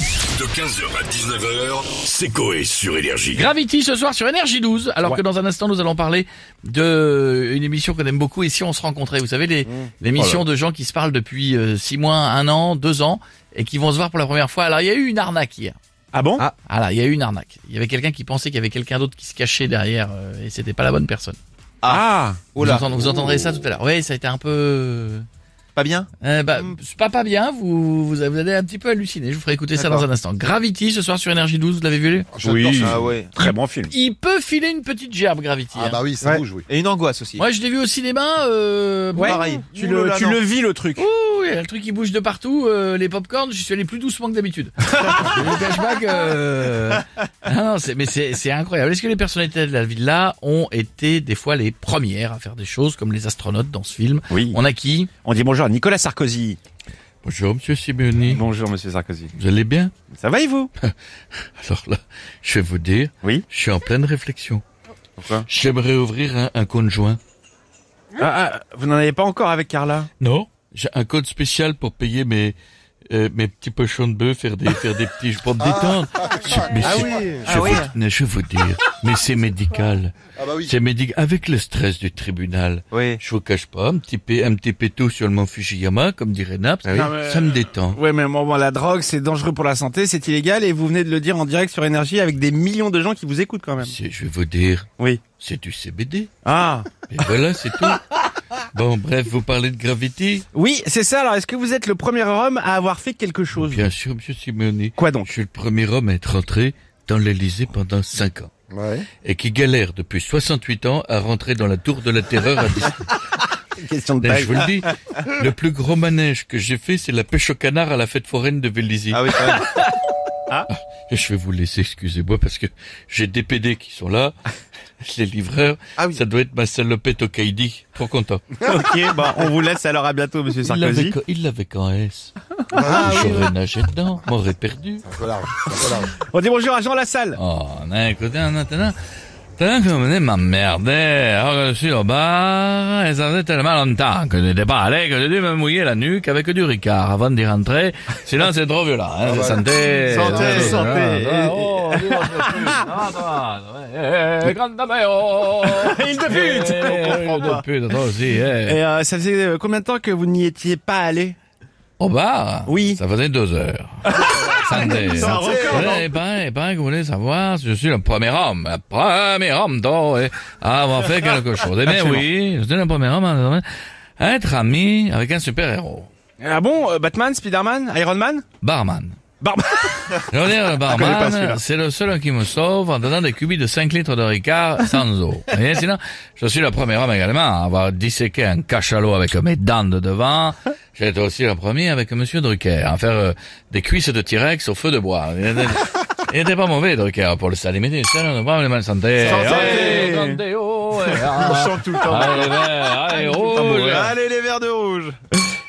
De 15h à 19h, c'est Coé sur Énergie. Gravity ce soir sur Énergie 12, alors que dans un instant nous allons parler de euh, une émission qu'on aime beaucoup et si on se rencontrait, vous savez Mmh. les Oh l'émission de gens qui se parlent depuis 6 mois, 1 an, 2 ans et qui vont se voir pour la première fois. Alors il y a eu une arnaque hier. Ah bon Ah, là, il y a eu une arnaque. Il y avait quelqu'un qui pensait qu'il y avait quelqu'un d'autre qui se cachait derrière euh, et c'était pas la bonne personne. Ah, Vous, entendrez, vous entendrez ça tout à l'heure. Oui, ça a été un peu Pas bien euh, bah, Mmh. c'est pas pas bien, vous, vous vous allez un petit peu halluciner. Je vous ferai écouter ça dans un instant. Gravity ce soir sur Énergie 12, vous l'avez vu Oui. Ah ouais. Très bon film. Il peut filer une petite gerbe Gravity. hein. Ah bah oui, ça Ouais. bouge, oui. Et une angoisse aussi. Moi, je l'ai vu au cinéma. Euh, Ouais. pareil. Tu, le, tu le vis le truc. Ouh, il y a le truc qui bouge de partout. euh, les popcorns, j'y suis allé plus doucement que d'habitude. je vous cache pas que. euh, Ah non, c'est mais c'est c'est incroyable. Est-ce que les personnalités de la villa ont été des fois les premières à faire des choses comme les astronautes dans ce film Oui. On a qui On dit bonjour à Nicolas Sarkozy. Bonjour Monsieur Simeoni. Bonjour Monsieur Sarkozy. Vous allez bien Ça va et vous Alors là, je vais vous dire, Oui. je suis en pleine réflexion. Pourquoi J'aimerais ouvrir un, un conjoint. ah, ah, Vous n'en avez pas encore avec Carla Non, j'ai un code spécial pour payer mes euh, mes petits pochons de bœuf, faire des faire des petits pour me détendre. C'est- mais c'est- je, Ah oui. vous, mais je vais vous dire, mais c'est médical, Ah bah oui. c'est médical. Avec le stress du tribunal, Oui. je vous cache pas, un petit pé, un petit péto sur le mont Fujiyama, comme dirait Naps, Ah oui. Non, mais- ça me détend. Ouais, mais bon, bon, la drogue, c'est dangereux pour la santé, c'est illégal, et vous venez de le dire en direct sur Énergie avec des millions de gens qui vous écoutent quand même. C'est- Je vais vous dire, Oui. c'est du CBD. Ah. Et voilà, c'est tout. Bon, bref, vous parlez de gravité, Oui, c'est ça. Alors, est-ce que vous êtes le premier homme à avoir fait quelque chose bien sûr, Monsieur Simeoni. Quoi Je donc suis le premier homme à être entré dans l'Elysée pendant cinq ans. Ouais. et qui galère depuis 68 ans à rentrer dans la tour de la terreur à Disney. Question de Là, je taille. vous le dis, le plus gros manège que j'ai fait, c'est la pêche au canard à la fête foraine de Vélizy. Ah oui, quand même. Et Je vais vous laisser, excusez-moi, parce que j'ai des PD qui sont là, les livreurs, Ah oui. ça doit être ma salopette au Kaidi, trop content. ok, bah, on vous laisse alors à bientôt, Monsieur Il l'avait Sarkozy. qu'en- il l'avait qu'en S. Ah J'aurais nagé dedans, m'aurait perdu. Un peu large, un peu large. On dit bonjour à Jean Lassalle. Oh, écoutez, maintenant, maintenant que vous venez m'emmerder, alors que je suis au bar, et ça faisait tellement longtemps que je n'étais pas allé que j'ai dû me mouiller la nuque avec du Ricard avant d'y rentrer. Sinon, c'est trop violent, hein. bah, santé. Ah, Ah, santé, Ouais, santé. ouais, ouais, oh, dis donc, je pue. Ah, attends, ouais, eh, grande dame, eh, oh. Il te bute. Eh, On comprend il te pas. bute, attends aussi, eh. Et euh, ça faisait euh, combien de temps que vous n'y étiez pas allé Au bar? Oui. Ça faisait deux heures. Santé. record, Eh ben, eh ben, vous voulez savoir si je suis le premier homme, le premier homme d'or et à avoir fait quelque chose. Eh bien Absolument. oui, je suis le premier homme à- à être ami avec un super-héros. Ah bon, euh, Batman, Spider-Man, Iron Man Barman. Barbe. Je veux dire, le connais pas barman, celui-là. c'est le seul qui me sauve en donnant des cubis de 5 litres de Ricard sans eau. Vous voyez, sinon, je suis le premier homme également à avoir disséqué un cachalot avec mes dents de devant. J'ai été aussi le premier avec Monsieur Drucker à faire euh, des cuisses de T-Rex au feu de bois. Il était, il était pas mauvais, Drucker, pour le salut. Mais il était le problème de mal santé. Santé. Oh, santé, oh, eh, ah. chante tout le temps. Allez, vert, allez, Ah oh, Oh rouge. Allez les verts de rouge.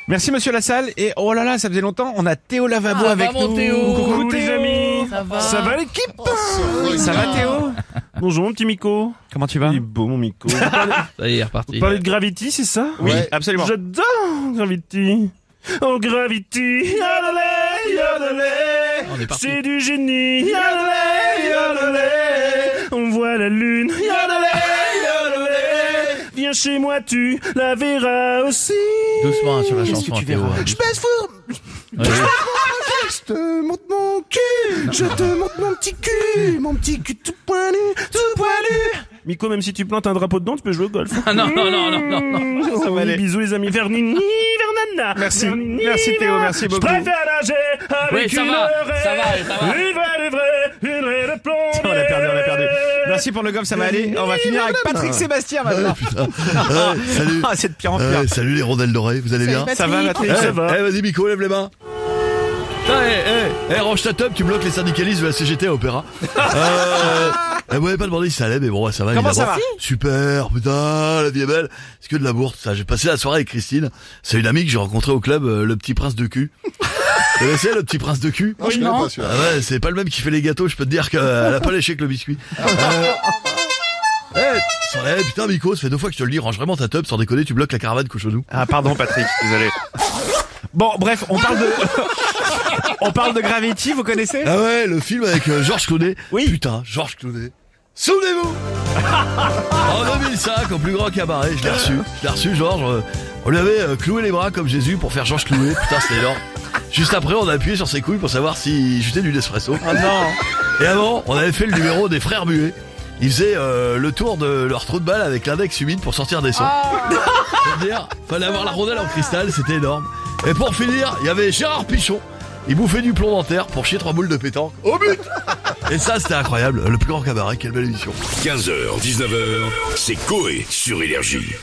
Merci Monsieur Lassalle et oh là là ça faisait longtemps on a Théo Lavabo Ah, avec bravo, nous. Théo. Coucou Coucou, les Théo. amis. Ça va Ça va l'équipe Ça va Théo Bonjour mon petit Miko. Comment tu vas Il est beau mon Miko. Vous parlez, Ça y est, il est reparti. vous parlez de Gravity, c'est ça Oui Ouais. absolument. J'adore Gravity. Oh Gravity, yodelé, yodelé. On est parti. C'est du génie, yodelé, yodelé. On voit la lune, yodelé, yodelé. Viens chez moi, tu la verras aussi. Doucement hein, sur la chanson, tu Théo. verras hein. baisse fort, Ouais, ouais. je te monte mon cul, je te monte mon petit cul, mon petit cul tout poilu, tout poilu. Miko, même si tu plantes un drapeau dedans, tu peux jouer au golf. Ah non, non, non, non, non. Oh, Ça va aller. Bisous les amis. Vernini, Vernana. Merci. Vernini, Merci, Théo, Vernana. merci beaucoup. Je préfère nager avec Oui, ça une va, raie. ça va, ça va. Une vraie de vraie, une raie de plomb. On a perdu, on a perdu. Merci pour le gomme, ça va aller. On va finir avec Patrick Sébastien maintenant. Ah ouais, salut. Ah, c'est de pire en pire. Euh, salut les rondelles dorées, vous allez bien Ça va Patrick Ça va. Eh vas-y Miko, lève les mains. Putain, eh, eh, eh, range ta teub, tu bloques les syndicalistes de la CGT à Opéra. Euh, eh, vous m'avez pas demandé si ça allait, mais bon, ça va. Comment évidemment. ça va Super, putain, la vie est belle. C'est que de la bourse, ça. J'ai passé la soirée avec Christine. C'est une amie que j'ai rencontrée au club, euh, le petit prince de cul. Vous connaissez le petit prince de cul Non, je connais pas Ah celui-là. ouais, c'est pas le même qui fait les gâteaux, je peux te dire qu'elle a pas léché que le biscuit. Euh, Eh, sans la- eh, putain, Miko, ça fait deux fois que je te le dis, range vraiment ta teub, sans déconner, tu bloques la caravane, couche au Ah pardon Patrick, désolé. Bon bref, on parle de On parle de Gravity, vous connaissez Ah ouais, le film avec euh, Georges Clooney. Oui. Putain, Georges Clooney. Souvenez-vous En 2005, au plus grand cabaret, je l'ai reçu. Je l'ai reçu, Georges. euh, on lui avait euh, cloué les bras comme Jésus pour faire Georges Cloué. Putain, c'était énorme. Juste après, on a appuyé sur ses couilles pour savoir s'il jetait du Nespresso. Ah non Et avant, on avait fait le numéro des frères muets. Ils faisaient euh, le tour de leur trou de balle avec l'index humide pour sortir des sons. Je veux dire, fallait avoir la rondelle en cristal, c'était énorme. Et pour finir, il y avait Gérard Pichon. Il bouffait du plomb dentaire pour chier trois boules de pétanque. Au but Et ça, c'était incroyable. Le plus grand cabaret, quelle belle émission. 15h, 19h, c'est Coé sur Énergie.